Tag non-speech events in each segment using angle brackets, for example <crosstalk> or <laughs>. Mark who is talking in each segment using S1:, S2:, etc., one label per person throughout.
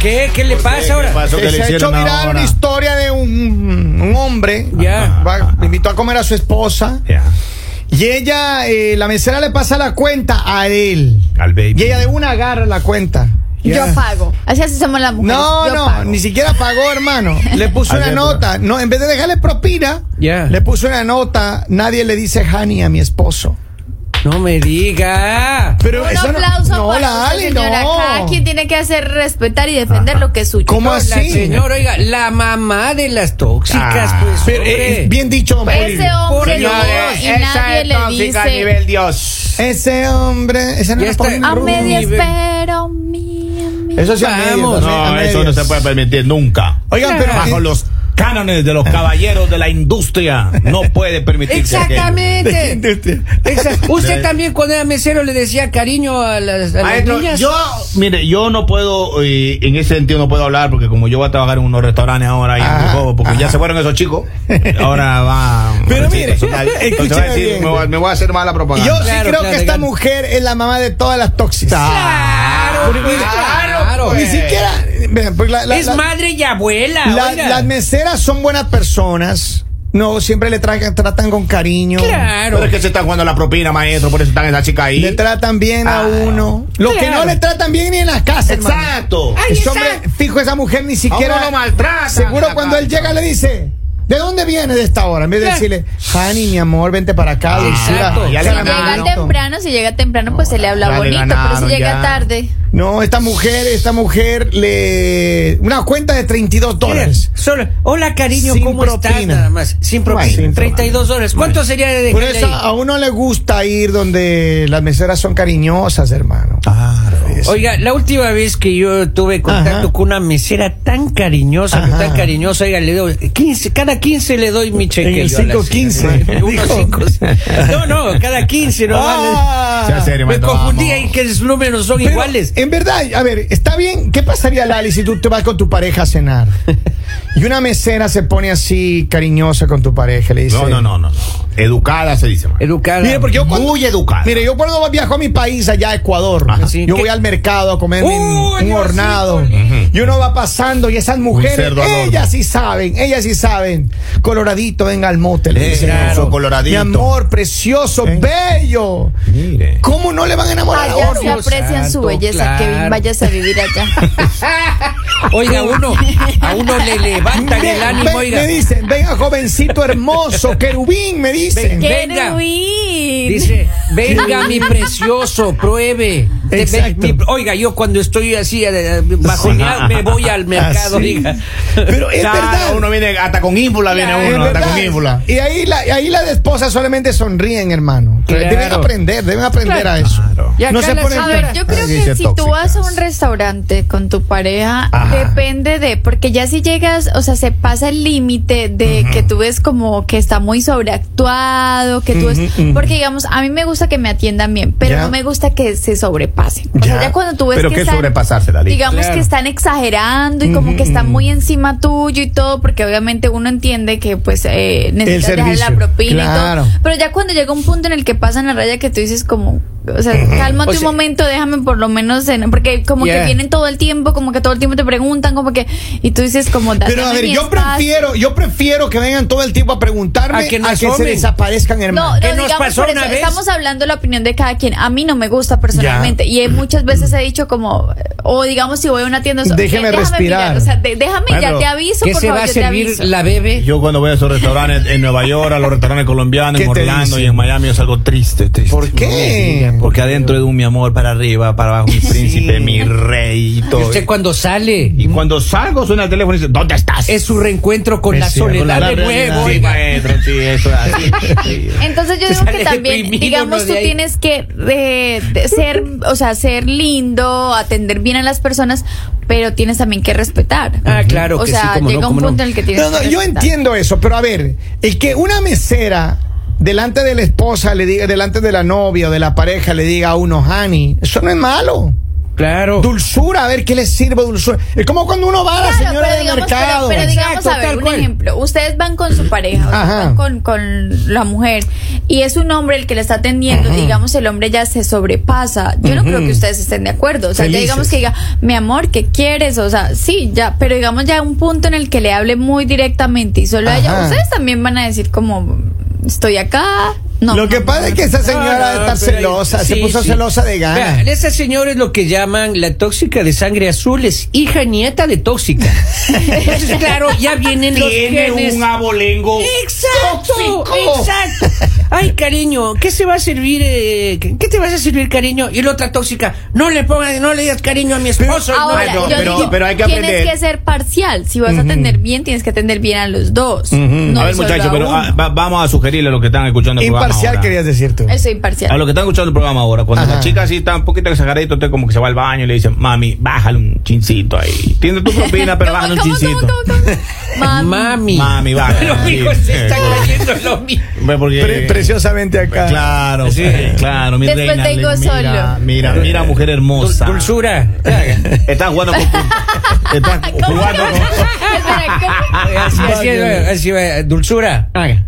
S1: qué? ¿Qué le
S2: Pues, eh,
S1: pasa ahora?
S3: pasó? que le
S2: se ha hecho
S3: hicieron
S2: mirar
S3: ahora?
S2: una historia de un, un hombre.
S1: Ya.
S2: Va- invitó a comer a su esposa.
S3: Ya.
S2: Y ella, eh, la mesera le pasa la cuenta a él.
S3: Al baby.
S2: Y ella de una agarra la cuenta.
S1: Ya.
S4: Yo pago. Así así somos las mujeres.
S2: No,
S4: Yo
S2: no,
S4: pago.
S2: ni siquiera pagó, hermano. Le puso
S3: Al
S2: una
S3: dentro.
S2: nota. No, en vez de dejarle propina,
S1: Ya.
S2: le puso una nota. Nadie le dice honey a mi esposo.
S1: No me diga.
S2: Pero
S4: Un
S2: eso no-
S4: aplauso
S2: no,
S4: para
S2: la
S4: usted,
S2: Ale,
S4: señora.
S2: no.
S4: Cada quien tiene que hacer respetar y defender lo que es suyo.
S2: ¿Cómo
S1: No, La
S2: así?
S1: señora, oiga, la mamá de las tóxicas,
S3: Ah,
S1: pues.
S2: Pero, eh,
S1: hombre.
S2: eh, bien dicho, hombre.
S4: Ese hombre
S1: Por Dios,
S4: vino y nadie le dice.
S3: nivel Dios.
S2: Ese hombre, ese no
S1: Ya
S2: era
S1: está.
S2: Paulina
S4: A
S1: Rubio
S2: Rubio.
S4: media
S1: nivel.
S4: espero, mi amigo.
S2: Eso sí, a medias,
S1: Vamos.
S2: a me- a
S3: No, eso no
S2: medias.
S3: se puede permitir nunca.
S2: Oigan, pero
S3: Bajo
S2: eh,
S3: los cánones de los caballeros de la industria, no puede permitirse.
S2: <laughs>
S3: aquello.
S1: Exactamente.
S2: Este,
S1: Exact- Usted
S2: Pues,
S3: De-
S1: también cuando era mesero le decía cariño a las, a las
S3: Maestro,
S1: niñas.
S3: yo, mire, yo no puedo, eh, en ese sentido no puedo hablar porque como yo voy a trabajar en unos restaurantes ahora y en
S2: Ajá,
S3: Gurjobo, porque ya se fueron
S2: <laughs>
S3: esos chicos, ahora va.
S2: Ah. Pero
S3: sí,
S2: mire,
S3: personal.
S2: <laughs>
S3: Entonces
S2: escúcheme
S3: va a decir,
S2: bien.
S3: me, voy, a- me voy a hacer mala
S2: yo
S3: propaganda.
S2: sí
S1: Claro,
S2: creo
S1: claro,
S2: que esta
S1: claro.
S2: mujer es la mamá de todas las tóxicas.
S1: Claro,
S2: Porque-
S1: pues, claro,
S2: Ni
S1: pues.
S2: siquiera. vean, porque la- la-
S1: es
S2: la-
S1: madre y abuela.
S2: la-
S1: oiga.
S2: las meseras son buenas personas. No, siempre le tra- tratan con cariño.
S1: Claro.
S3: Pero es que se están jugando la propina, maestro, por eso están esas chicas ahí.
S2: Le tratan bien a
S3: Ah,
S2: uno. Lo que no
S1: Claro.
S2: le tratan bien ni en la casa. hermano.
S3: Exacto.
S1: Ay,
S2: Ese
S1: está.
S2: hombre, fijo, esa mujer ni
S3: A
S2: siquiera.
S3: uno lo maltratan en
S2: Seguro
S3: la
S2: cuando él
S3: calle.
S2: llega le dice. ¿De dónde viene de esta hora? En vez de
S1: Claro.
S2: decirle, Hani, mi amor, vente para acá,
S3: Ah,
S2: dulzura.
S1: Exacto.
S3: Ya
S4: Si
S3: le
S4: llega
S3: ganaron.
S4: temprano, si llega temprano, pues se le
S3: ya
S4: habla
S3: le
S4: bonito. pero
S3: ganaron,
S4: si llega
S3: ya.
S4: tarde.
S2: No, esta mujer, esta mujer le. Una cuenta de 32 dólares.
S1: Solo, hola cariño,
S2: Sin
S1: ¿cómo estás?
S2: propina.
S1: Nada más, sin propina.
S2: Sin propina.
S1: 32 dólares. ¿Cuánto sería de
S2: Por
S1: dejarle
S2: eso
S1: ahí?
S2: a uno le gusta ir donde las meseras son cariñosas, hermano.
S3: Ah, Claro.
S1: Oiga, la última vez que yo tuve contacto
S2: Ajá.
S1: con una mesera tan cariñosa,
S2: Ajá.
S1: tan cariñosa, oiga, le doy 15, cada 15 le doy mi cheque.
S2: En el
S1: yo a la
S2: 5.15,
S1: <laughs> señora. Unos
S2: dijo.
S1: cinco, sí. No, no, cada 15, no
S2: Ah,
S3: Sea serio,
S1: Me
S3: maestro,
S1: confundí
S3: vamos.
S1: ahí que los números son
S2: Pero, eh,
S1: iguales.
S2: En verdad, a ver, está bien. ¿Qué pasaría, Lali, si tú te vas con tu pareja a
S3: <laughs>
S2: cenar? Y una mesera se pone así cariñosa con tu pareja, le dice.
S3: No, no, no, no. no. Educada se dice. maestro.
S1: Educada.
S2: Mire, porque yo cuando,
S3: Muy educada.
S2: Mire, yo cuando viajo a mi país, allá a Ecuador,
S3: Ajá.
S1: Sí,
S2: yo
S1: ¿qué?
S2: voy al mercado a comer
S1: Uy,
S2: un, un
S1: Diosito
S2: hornado.
S1: lindo.
S2: Y uno va pasando y esas mujeres,
S3: cerdo al horno.
S2: ellas sí saben, ellas sí saben. Coloradito, venga al mote, le
S3: Eh,
S2: dicen.
S3: claro.
S2: Mi
S3: coloradito.
S2: amor, precioso,
S3: Eh.
S2: bello.
S3: Mire.
S2: ¿Cómo no le van a enamorar a
S4: Allá
S2: uno?
S4: se aprecian
S1: santo,
S4: su belleza.
S1: claro.
S4: Kevin, vayas a vivir allá.
S2: <laughs>
S1: Oiga, uno, a uno le levantan el ánimo,
S2: Ven-
S1: oiga.
S2: me dicen, venga, jovencito
S3: <laughs>
S2: hermoso, querubín, me dicen.
S1: Ven,
S4: ¡Qué
S1: Venga.
S4: ruin!
S1: Dice, venga mi precioso, pruebe. Te- ve-
S2: Exacto.
S1: mi- oiga, yo cuando estoy así eh, eh, bajoneado, me voy al mercado,
S2: Así.
S1: diga.
S2: Ah, Pero es
S3: Claro,
S2: verdad.
S3: Uno viene hasta con ímbula, viene
S4: Claro.
S2: Es
S3: uno, hasta
S2: verdad.
S3: con ímbula.
S2: Y ahí la, y ahí las esposas solamente sonríen, hermano.
S1: Claro.
S2: Deben aprender, deben aprender a eso.
S3: Claro.
S1: Y acá
S2: No se
S1: las-
S2: ponen
S4: A
S2: Pero-
S4: ver, yo creo
S3: Sí,
S4: que
S3: ser
S4: si tú
S3: tóxicas.
S4: vas a un restaurante con tu pareja,
S3: Ajá.
S4: depende de, porque ya si llegas, o sea, se pasa el límite de que tú ves como que está muy sobreactuado, que tú es,
S2: Ujú, ujú.
S4: porque digamos, a mí me gusta que me atiendan bien, pero
S2: Ya.
S4: no me gusta que se sobrepasen. O
S2: Ya.
S4: sea, ya cuando tú ves
S3: Pero
S4: que
S3: qué
S4: están-
S3: sobrepasarse, Dalí.
S4: Digamos
S1: Claro.
S4: que están exagerando y como que están muy encima tuyo y todo, porque obviamente uno entiende que pues eh, necesitas dejar
S2: servicio.
S4: la propina
S2: Claro.
S4: y todo. Pero ya cuando llega un punto en el que pasan la raya que tú dices como, o sea, cálmate
S1: O sea-
S4: un momento, déjame por lo menos, en- porque como
S1: Yeah.
S4: que vienen todo el tiempo, como que todo el tiempo te preguntan, como que, y tú dices como, dame
S2: Pero a ver,
S4: mi
S2: yo
S4: espacio.
S2: prefiero, yo prefiero que vengan todo el tiempo a preguntarme a
S1: A
S2: que,
S1: que nos
S2: se
S1: tomen.
S2: desaparezcan, hermano.
S4: No, no,
S1: ¿Qué nos
S4: digamos
S1: pasó
S4: por
S1: una
S4: eso,
S1: vez?
S4: Estamos hablando de la opinión de cada quien. A mí no me gusta personalmente. Y he- muchas veces he dicho como, eh, o digamos si voy a una tienda, so-
S2: Déjeme
S4: eh, déjame
S2: respirar.
S4: mirar, o sea, de- déjame,
S3: Bueno,
S4: ya te aviso,
S1: ¿Qué
S4: por
S1: se
S4: favor,
S1: va a
S4: yo te
S1: servir
S4: aviso.
S1: la bebé?
S3: Yo cuando voy a esos restaurantes en Nueva York, a los restaurantes colombianos,
S2: ¿Qué
S3: en
S2: te
S3: Orlando
S2: dicen?
S3: y en Miami, es algo triste, triste.
S2: ¿Por qué?
S3: Porque adentro de un mi amor, para arriba, para abajo, mi príncipe, mi rey y
S1: Y
S3: todo.
S1: usted cuando sale,
S3: Y cuando salgo suena el teléfono y dice, ¿dónde estás?
S1: es su reencuentro con
S3: Es
S1: la
S3: cierto,
S1: soledad
S3: la
S1: de
S3: realidad.
S1: nuevo.
S3: Sí,
S1: oiga.
S3: maestro, sí, eso es así.
S4: <laughs>
S3: Sí.
S4: Entonces yo
S1: Se
S4: digo que
S1: sale
S4: también,
S1: deprimido
S4: digamos,
S1: uno
S4: tú
S1: de ahí.
S4: tienes que eh, de- ser, o sea, ser lindo, atender bien a las personas, pero tienes también que respetar.
S1: Ah, claro
S4: O
S1: que
S4: sea,
S1: sí, cómo no,
S4: llega un
S1: cómo no.
S4: punto en el que tienes
S2: No, no,
S4: que
S2: yo
S4: respetar.
S2: entiendo eso, pero a ver, el que una mesera delante de la esposa le diga, delante de la novia o de la pareja le diga a uno, Hani, eso no es malo.
S1: Claro.
S2: Dulzura, a ver qué le sirve dulzura. Es como cuando uno va a la
S4: Claro,
S2: señora
S4: pero
S2: del
S4: digamos, pero-
S2: mercado.
S4: Pero, digamos,
S1: Exacto,
S4: a ver,
S1: tal
S4: un
S1: cual.
S4: ejemplo. Ustedes van con su pareja, o sea,
S2: Ajá.
S4: van con, con la mujer, y es un hombre el que le está atendiendo, digamos, el hombre ya se sobrepasa. Yo no creo que ustedes estén de acuerdo. O sea, ya
S2: Felices.
S4: digamos que diga, mi amor, ¿qué quieres? O sea, sí, ya, pero digamos ya un punto en el que le hable muy directamente y solo a
S2: Ajá.
S4: ella, ustedes también van a decir como, estoy acá. No,
S2: Lo que
S4: no,
S2: pasa
S4: no,
S2: es que esa señora
S1: No, no,
S3: Ah,
S2: está
S1: pero-
S2: celosa, se
S1: sí,
S2: puso
S1: sí.
S2: celosa de
S1: Vea,
S2: ganas.
S1: esa señora es lo que llaman la tóxica de sangre azul, es hija nieta de tóxica. Entonces, claro, ya vienen los
S3: Tiene
S1: genes.
S3: un abolengo.
S4: Eh,
S1: Exacto,
S3: tóxico.
S1: exacto. Ay, cariño, ¿qué se va a servir? eh, ¿Qué qué te vas a servir, cariño? Y la otra tóxica, no le pongas, no le digas cariño a mi esposo. no-
S4: Ahora,
S3: Ay, no,
S4: yo
S3: pero-
S4: digo,
S3: pero hay que aprender.
S4: Tienes que ser parcial. Si vas a atender bien, tienes que atender bien a los dos.
S3: Ujú.
S4: no
S3: a ver,
S4: solo
S3: muchachos,
S4: a
S3: pero
S4: uno.
S3: ah, va- vamos a sugerirle a los que están escuchando el programa.
S2: Imparcial
S3: ahora.
S2: querías decir tú.
S4: Eso es imparcial.
S3: A los que están escuchando el programa ahora, cuando
S2: Ajá.
S3: la chica así está un poquito exageradita, usted como que se va al baño y le dice, mami, bájale un chincito ahí. Tiene tu propina, pero
S4: <laughs> ¿Cómo,
S3: bájale un
S4: cómo,
S3: chincito.
S4: cómo,
S2: <laughs>
S4: cómo, cómo? Mami.
S1: Mami.
S3: Mami, bájale.
S1: <laughs> Los hijos
S3: Sí. eh,
S1: se están cayendo lo mismo.
S3: Ve, porque-
S2: Pre- preciosamente acá.
S3: Pues Claro, eh,
S1: Sí.
S3: claro, mi
S4: Después
S3: reina.
S4: tengo
S3: le- mira,
S4: solo.
S3: mira, mira, mujer
S1: Dul-
S3: hermosa.
S1: Dulzura.
S2: Ah,
S1: Así,
S3: Estás jugando
S4: <laughs>
S3: con tu- Estás
S4: ¿Cómo, cómo?
S3: jugando con.
S4: <laughs> Espera, ¿cómo?
S1: así, así, eh, dulzura. Haga.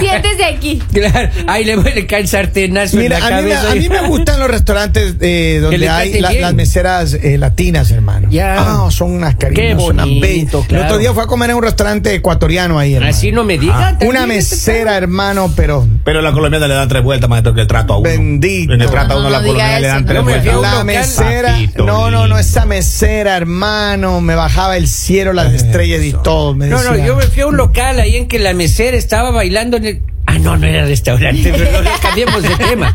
S4: Siéntese aquí.
S1: Claro, ahí le voy a caer el sartenazo
S3: pues
S2: Mira,
S1: en la
S2: a mí, me,
S1: cabeza.
S2: a mí me gustan los restaurantes eh, donde
S1: le
S2: hay
S1: traten
S2: la-
S1: bien.
S2: las meseras eh, latinas, hermano.
S1: Ya.
S2: Ah, son unas
S1: Qué
S2: cariñosas, unas
S1: bonito,
S2: bellas. El
S1: claro.
S2: otro día fue a comer en un restaurante ecuatoriano ahí, hermano.
S1: Así no me diga. también
S2: Ah, Una
S1: este
S2: mesera, hermano, pero
S3: Pero la colombiana le dan tres vueltas, maestro, que el trato a uno.
S2: Bendito.
S3: En el trato a
S4: No,
S3: uno,
S4: no,
S3: la
S4: no diga
S3: colombiana le
S4: eso,
S3: dan
S4: no.
S3: tres
S1: No me
S3: vueltas.
S1: fui a un
S2: la
S1: local.
S2: mesera,
S3: Papito
S2: no, no, no,
S3: lindo.
S2: esa mesera, hermano, me bajaba el cielo, las estrellas y todo. Me
S1: No, no,
S2: decía,
S1: yo me fui a un local ahí en que la mesera estaba bailando en el... Ah, no, no era restaurante, <laughs> pero no, cambiemos de tema.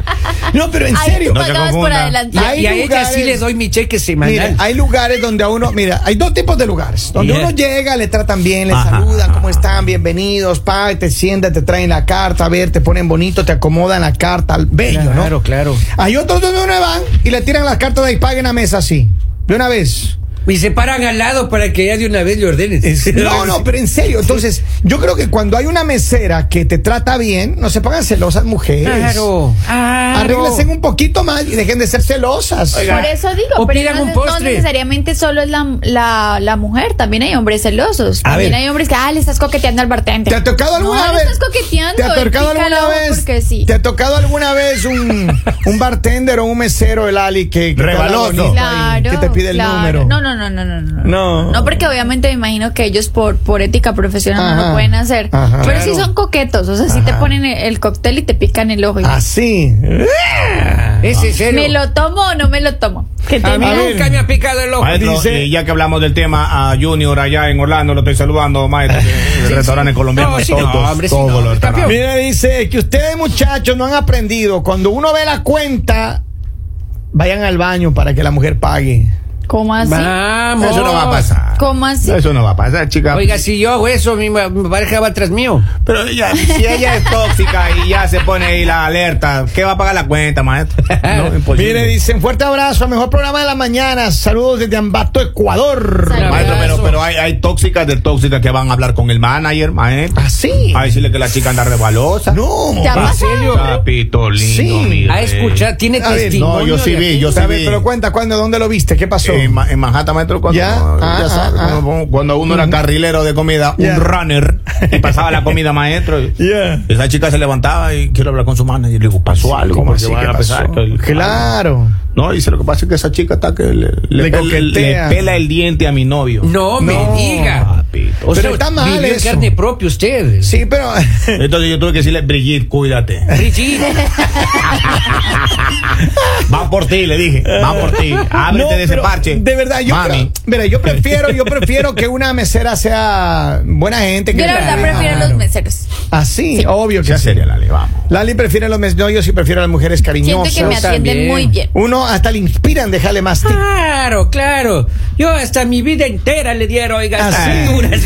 S2: No, pero en
S4: Ahí
S2: serio.
S4: tú
S3: No se
S4: pagabas por
S3: confunda.
S4: adelante.
S1: Y, a- y a ella
S2: lugares-
S1: sí le doy mi cheque
S2: Mira,
S1: semanal.
S2: hay lugares donde a uno, mira, hay dos tipos de lugares. Donde
S1: Yeah.
S2: uno llega, le tratan bien, le
S3: Ajá.
S2: saludan, ¿cómo están? Bienvenidos, pa, te sientan, te traen la carta, a ver, te ponen bonito, te acomodan la carta, bello, ¿no?
S1: claro, claro.
S2: Hay otros donde uno van y le tiran las cartas de ahí, paguen a mesa así, de una vez.
S1: Y se paran al lado para que ya de una vez le ordenen.
S2: No, no, pero en serio, entonces, yo creo que cuando hay una mesera que te trata bien, no se pongan celosas mujeres.
S1: Claro. claro.
S2: Arréglense un poquito más y dejen de ser celosas.
S4: Por eso digo,
S1: O
S4: pero
S1: pidan
S4: no,
S1: un
S4: no
S1: postre.
S4: necesariamente solo es la, la, la mujer, también hay hombres celosos.
S1: A
S4: también
S1: ver.
S4: hay hombres que, ah, le estás coqueteando al bartender.
S2: ¿Te ha tocado alguna
S4: no,
S2: vez?
S4: No, estás coqueteando.
S2: ¿Te ha
S4: el
S2: tocado alguna
S4: pícaro,
S2: vez?
S4: Porque sí.
S2: ¿Te ha tocado alguna vez un,
S4: <laughs>
S2: un bartender o un mesero el Ali que, que te habla
S3: Rebaloso.
S2: bonito ahí,
S4: Claro.
S2: que te pide el
S4: claro.
S2: número?
S4: No, no, no, no, no, no.
S2: No.
S4: No, porque obviamente me imagino que ellos por, por ética profesional no
S2: Ajá.
S4: lo pueden hacer.
S2: Ajá.
S4: Pero
S1: Claro.
S4: sí son coquetos, o sea, sí te
S2: Ajá. Ah,
S4: ponen el, el cóctel y te pican el ojo. y-
S2: Así.
S1: Ese es serio.
S4: ¿Me lo tomo o no me lo tomo? Que
S1: A mí
S4: tenga-
S1: nunca me ha picado el ojo.
S3: Maestro,
S2: Dice-
S3: y ya que hablamos del tema a Junior allá en Orlando, lo estoy saludando, maestro. El restaurante colombiano.
S1: No, sí,
S3: todos,
S1: no, hombre, sí,
S3: todos
S1: no,
S3: los restaurantes.
S1: campeón.
S2: Mira, dice que ustedes muchachos no han aprendido. Cuando uno ve la cuenta, vayan al baño para que la mujer pague.
S4: ¿Cómo
S1: ¿Ah,
S4: así?
S1: Vamos.
S3: Eso no va a pasar.
S4: ¿Cómo así?
S3: Eso no va a pasar, chica.
S1: Oiga, si yo hago eso, mi, ma- mi pareja va atrás mío.
S3: Pero ella, si ella es tóxica y ya se pone ahí la alerta, ¿qué va a pagar la cuenta, maestro? No, imposible.
S2: Mire, dicen fuerte abrazo, mejor programa de la mañana. Saludos desde Ambato, Ecuador.
S4: Saludos.
S3: Maestro, pero,
S1: Abrazo.
S3: pero hay, hay tóxicas de tóxicas que van a hablar con el manager, maestro.
S2: Así.
S3: A decirle que la chica anda rebalosa.
S2: No.
S4: ¿Te ha
S1: ¿En
S4: pasado?
S1: serio?
S3: Papito lindo,
S2: Sí.
S3: mi
S1: Ha
S3: rey.
S1: escuchado, tiene
S2: A ver,
S1: testimonio.
S3: no, yo sí
S1: de
S3: vi,
S1: aquello.
S3: yo sí
S2: A ver,
S3: vi.
S2: pero cuenta, ¿cuándo? ¿Dónde lo viste? ¿Qué pasó?
S3: En, Ma- en Manhattan, maestro, cuando,
S2: Ya,
S3: ya
S2: ah,
S3: sabe,
S2: ah,
S3: cuando, cuando uno era carrilero de comida,
S2: Ya.
S3: un runner, y pasaba la comida, <laughs> maestro. y-
S2: Yeah.
S3: Esa chica se levantaba y quiero hablar con su manager. Le digo, pasó algo.
S2: ¿Cómo
S3: porque
S2: así?
S3: van
S2: ¿Qué
S3: a pensar
S2: pasó?
S3: que el-
S2: Claro.
S3: No, dice lo que pasa es que esa chica está que le,
S2: Le
S3: le, pel-
S2: coquetea.
S3: le pela el diente a mi novio.
S1: No,
S2: No.
S1: me diga.
S3: Papito.
S1: O
S2: Pero
S1: sea,
S2: está mal
S1: vivió en
S2: eso.
S1: carne propia usted.
S2: Sí, pero. <laughs>
S3: Entonces yo tuve que decirle, Brigitte, cuídate.
S1: Brigitte.
S3: Va por ti, le dije. Va por <laughs> ti. Ábrete
S2: No,
S3: de ese
S2: pero
S3: parche.
S2: De verdad, yo,
S3: Mami.
S2: pre- mira, yo prefiero, yo prefiero que una mesera sea buena gente. Que
S4: Yo la verdad prefiero los meseros.
S2: Así, obvio que
S3: Sea
S2: sí.
S3: seria, Lali, vamos.
S2: Lali prefiere los meseros. No, yo sí prefiero a las mujeres
S4: Siento
S2: cariñosas.
S4: que me
S1: Yo
S4: atienden
S1: también.
S4: muy bien.
S2: Uno hasta le inspiran dejarle más
S4: Ah,
S2: tiempo.
S1: Claro, claro. Yo hasta mi vida entera le dieron, oiga,
S2: Así.
S1: facturas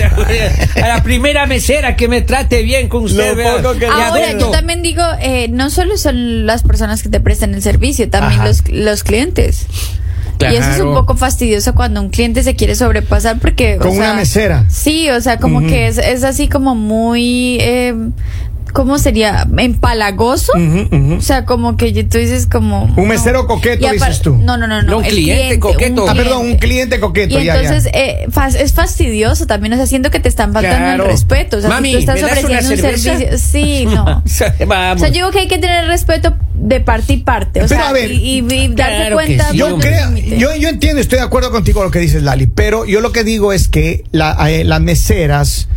S1: a la primera mesera que me trate bien con usted.
S2: Lo
S1: vea. Ah,
S2: poco que
S1: Y
S2: le
S4: Ahora,
S1: adulto.
S2: <laughs>
S4: yo también digo, eh, no solo son las personas que te prestan el servicio, también
S2: Ajá.
S4: los, los clientes. Y eso es
S1: Claro.
S4: un poco fastidioso cuando un cliente se quiere sobrepasar porque... o
S2: Con una
S4: sea,
S2: mesera.
S4: Sí, o sea, como que es, es así como muy... eh, ¿cómo sería? ¿Empalagoso? O sea, como que tú dices como...
S2: Un mesero coqueto,
S4: Y apar-
S2: dices tú.
S4: No, no, no. no
S1: un
S4: el
S1: cliente coqueto.
S2: Ah, perdón, un cliente coqueto.
S4: Y
S2: ya, ya.
S4: entonces eh, fas- es fastidioso también, o sea, siento que te están faltando
S1: Claro.
S4: el respeto. O sea,
S1: Mami,
S4: si tú estás
S1: ¿me das una
S4: ofreciendo un
S1: cerveza?
S4: servicio.
S2: <laughs>
S4: Sí, no. O
S1: Vamos.
S4: sea, yo digo que hay que tener respeto de parte y parte.
S2: Pero
S4: O sea,
S2: a ver,
S4: y, y- y darse
S1: claro que
S4: cuenta.
S1: sí,
S4: de
S2: Yo
S4: los
S1: hombre.
S2: creo,
S4: límites.
S2: yo, yo entiendo, estoy de acuerdo contigo lo que dices, Lali, pero yo lo que digo es que la- eh, las meseras,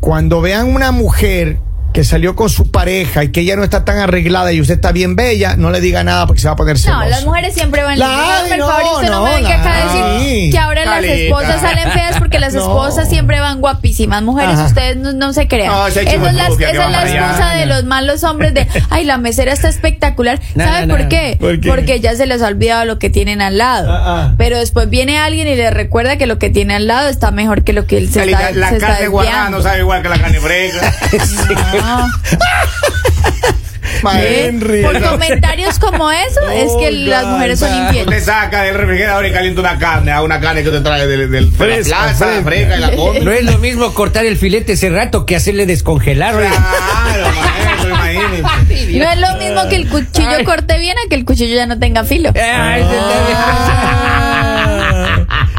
S2: cuando vean una mujer que salió con su pareja y que ella no está tan arreglada y usted está bien bella, no le diga nada porque se va a poner celoso.
S4: No, las mujeres siempre van
S2: La-
S4: lindas.
S2: ay,
S4: Por
S2: no,
S4: favor, usted no,
S2: no,
S4: me venga
S2: la-
S4: acá a decir
S2: sí.
S4: que ahora las
S3: Caleta.
S4: esposas salen feas porque las
S2: No.
S4: esposas siempre van guapísimas. Mujeres,
S2: Ajá.
S4: ustedes no, no se crean.
S3: No, ese
S4: esa es la,
S3: chimoltrufia que
S4: esa es
S3: va
S4: la
S3: para allá.
S4: excusa de los malos hombres de, ay, la mesera está espectacular.
S1: No,
S4: ¿Sabe
S1: no,
S4: por,
S1: no.
S4: qué?
S2: ¿Por qué?
S4: Porque ya se les ha olvidado lo que tienen al lado.
S2: Ah, ah.
S4: Pero después viene alguien y les recuerda que lo que tiene al lado está mejor que lo que él se
S3: Calidad,
S4: está,
S3: la
S4: se está
S3: carne guardada
S4: desviando.
S3: no sabe igual que la carne
S4: <laughs>
S3: fresca.
S4: No.
S2: Ma-
S4: ¿Eh?
S2: Henry.
S4: Por comentarios como eso, es que las mujeres son infieles.
S3: Usted saca del refrigerador y calienta una carne, a una carne que usted trae del, del, de la
S2: Fresca,
S3: plaza,
S2: fresca.
S3: fresca y
S4: <laughs>
S3: la
S1: No
S3: come.
S1: es lo mismo cortar el filete ese rato que hacerle descongelar. oiga.
S4: <laughs>
S3: Claro, maestro, imagínese.
S4: No es lo mismo que el cuchillo
S1: Ay.
S4: corte bien a que el cuchillo ya no tenga filo.
S2: Eh.
S1: Ay, se
S2: Ah.
S1: está-
S2: <laughs>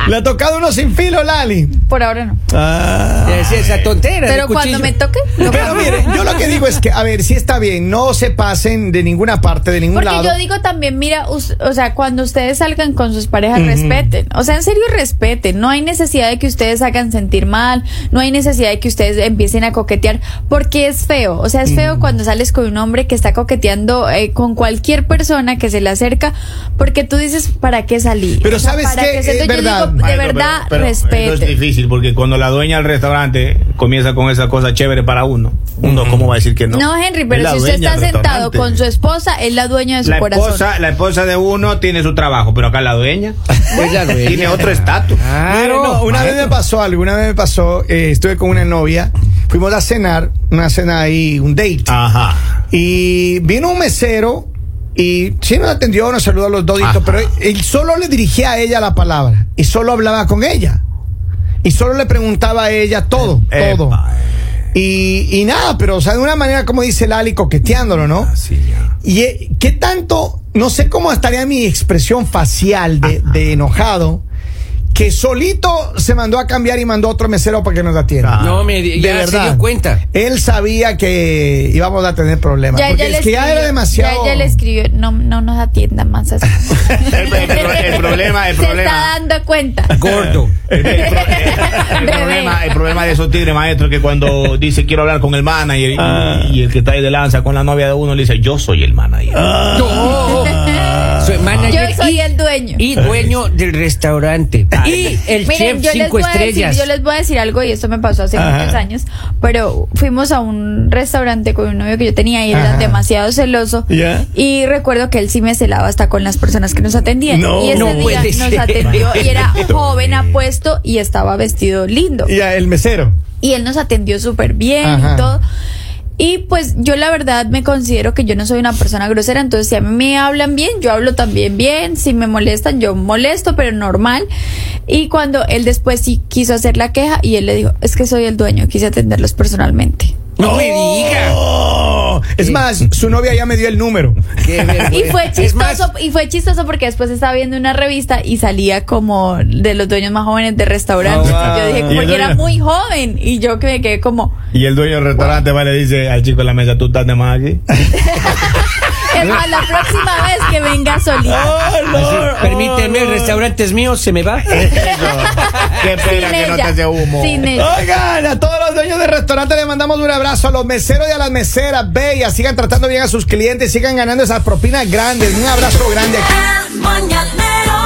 S2: Le ha tocado uno sin filo, Lali.
S4: Por ahora no.
S1: Es esa tontera.
S4: Pero
S1: de cuchillo.
S4: cuando me toque, lo
S2: Pero
S4: cambio.
S2: mire, yo lo que digo es que, a ver, si está bien, no se pasen de ninguna parte, de ningún
S4: Porque
S2: lado.
S4: yo digo también, mira, us- o sea, cuando ustedes salgan con sus parejas, respeten. O sea, en serio, respeten. No hay necesidad de que ustedes hagan sentir mal, no hay necesidad de que ustedes empiecen a coquetear, porque es feo. O sea, es
S2: Mm.
S4: feo cuando sales con un hombre que está coqueteando eh, con cualquier persona que se le acerca, porque tú dices, ¿para qué salir?
S2: Pero
S4: O sea,
S2: ¿sabes
S4: ¿para
S2: qué?
S4: salir?
S2: Es
S4: Entonces yo
S2: verdad.
S4: digo, de
S3: Maestro,
S4: verdad,
S3: pero- pero
S4: respeten.
S3: Eso es difícil porque cuando la dueña del restaurante comienza con esa cosa chévere para uno, uno cómo va a decir que no.
S4: No, Henry,
S3: Es
S4: pero
S3: la
S4: si usted
S3: dueña
S4: está
S3: del
S4: sentado
S3: restaurante.
S4: con su esposa, es la dueña de su
S3: la
S4: corazón.
S3: esposa, la esposa de uno tiene su trabajo, pero acá la
S4: <laughs>
S3: dueña
S1: Es la dueña.
S3: tiene otro estatus.
S1: Claro.
S2: Mire, no, una vez me pasó algo, una vez me pasó, eh, estuve con una novia, fuimos a cenar, una cena ahí, un date,
S3: Ah. Ajá.
S2: y vino un mesero y sí nos atendió, nos saludó a los dos, y
S3: Ajá.
S2: todo, pero él solo le dirigía a ella la palabra y solo hablaba con ella y solo le preguntaba a ella todo,
S3: Epa. eh.
S2: todo. Y, y nada, pero o sea, de una manera como dice Lali, coqueteándolo, ¿no?
S3: Así ya.
S2: ¿Y eh, qué tanto? No sé cómo estaría mi expresión facial de, de enojado, que solito se mandó a cambiar y mandó otro mesero para que nos atienda.
S3: Ah,
S1: No me
S2: De
S1: di- ya se dio cuenta.
S2: Él sabía que íbamos a tener problemas.
S4: Ya,
S2: porque
S4: ya
S2: es
S4: le
S2: que ya
S4: escribió,
S2: era demasiado.
S4: Ya, ya le escribió, no, no nos atienda más así.
S3: <laughs> El- el- el problema, el
S4: <laughs> Se
S3: problema.
S4: está dando cuenta.
S1: Gordo.
S3: El, el pro- el
S4: Bebé.
S3: problema, el problema de esos tigres, maestro, que cuando dice quiero hablar con el manager y- y, el que está ahí de lanza con la novia de uno le dice yo soy el manager.
S1: No. Soy
S4: Yo
S1: manager
S4: soy
S1: y,
S4: el dueño.
S1: y dueño del restaurante. Y el
S4: Miren,
S1: chef cinco
S4: voy a decir-
S1: estrellas.
S4: yo les voy a decir algo, y esto me pasó hace muchos años, pero fuimos a un restaurante con un novio que yo tenía y era
S2: Ajá.
S4: demasiado celoso.
S2: Ya.
S4: Y recuerdo que él sí me celaba hasta con las personas que nos atendían.
S2: No.
S4: y ese
S1: No
S4: día
S1: puede
S4: nos
S1: ser.
S4: atendió
S3: <laughs>
S4: y era joven, apuesto y estaba vestido lindo.
S2: Y a el mesero.
S4: y él nos atendió súper bien
S2: Ajá.
S4: y todo. Y pues yo la verdad me considero que yo no soy una persona grosera, entonces si a mí me hablan bien, yo hablo también bien, si me molestan, yo molesto, pero normal. Y cuando él después sí quiso hacer la queja y él le dijo, es que soy el dueño, quise atenderlos personalmente.
S1: No me diga.
S2: Oh, Es más, su novia ya me dio el número.
S1: Qué
S4: Y
S1: vergüenza.
S4: fue
S1: Es más,
S4: chistoso, y fue chistoso porque después estaba viendo una revista y salía como de los dueños más jóvenes de restaurantes.
S1: Ah,
S4: yo dije,
S3: y el
S4: porque era
S3: dueño.
S4: muy joven. Y yo que me quedé como,
S3: Y el dueño del restaurante va y le dice al chico de la mesa, tú estás de más
S4: <laughs>
S3: aquí.
S4: es más, la próxima vez que venga solito.
S1: Ah, así, permíteme, el restaurante es mío, se me va.
S3: Qué pena
S4: Sin
S3: que no te
S4: ella.
S3: hace humo. <laughs>
S4: Sin ella.
S2: Oigan, a todos los dueños de restaurantes les mandamos un abrazo, a los meseros y a las meseras bellas. Sigan tratando bien a sus clientes, sigan ganando esas propinas grandes. Un abrazo grande aquí.
S5: El mañanero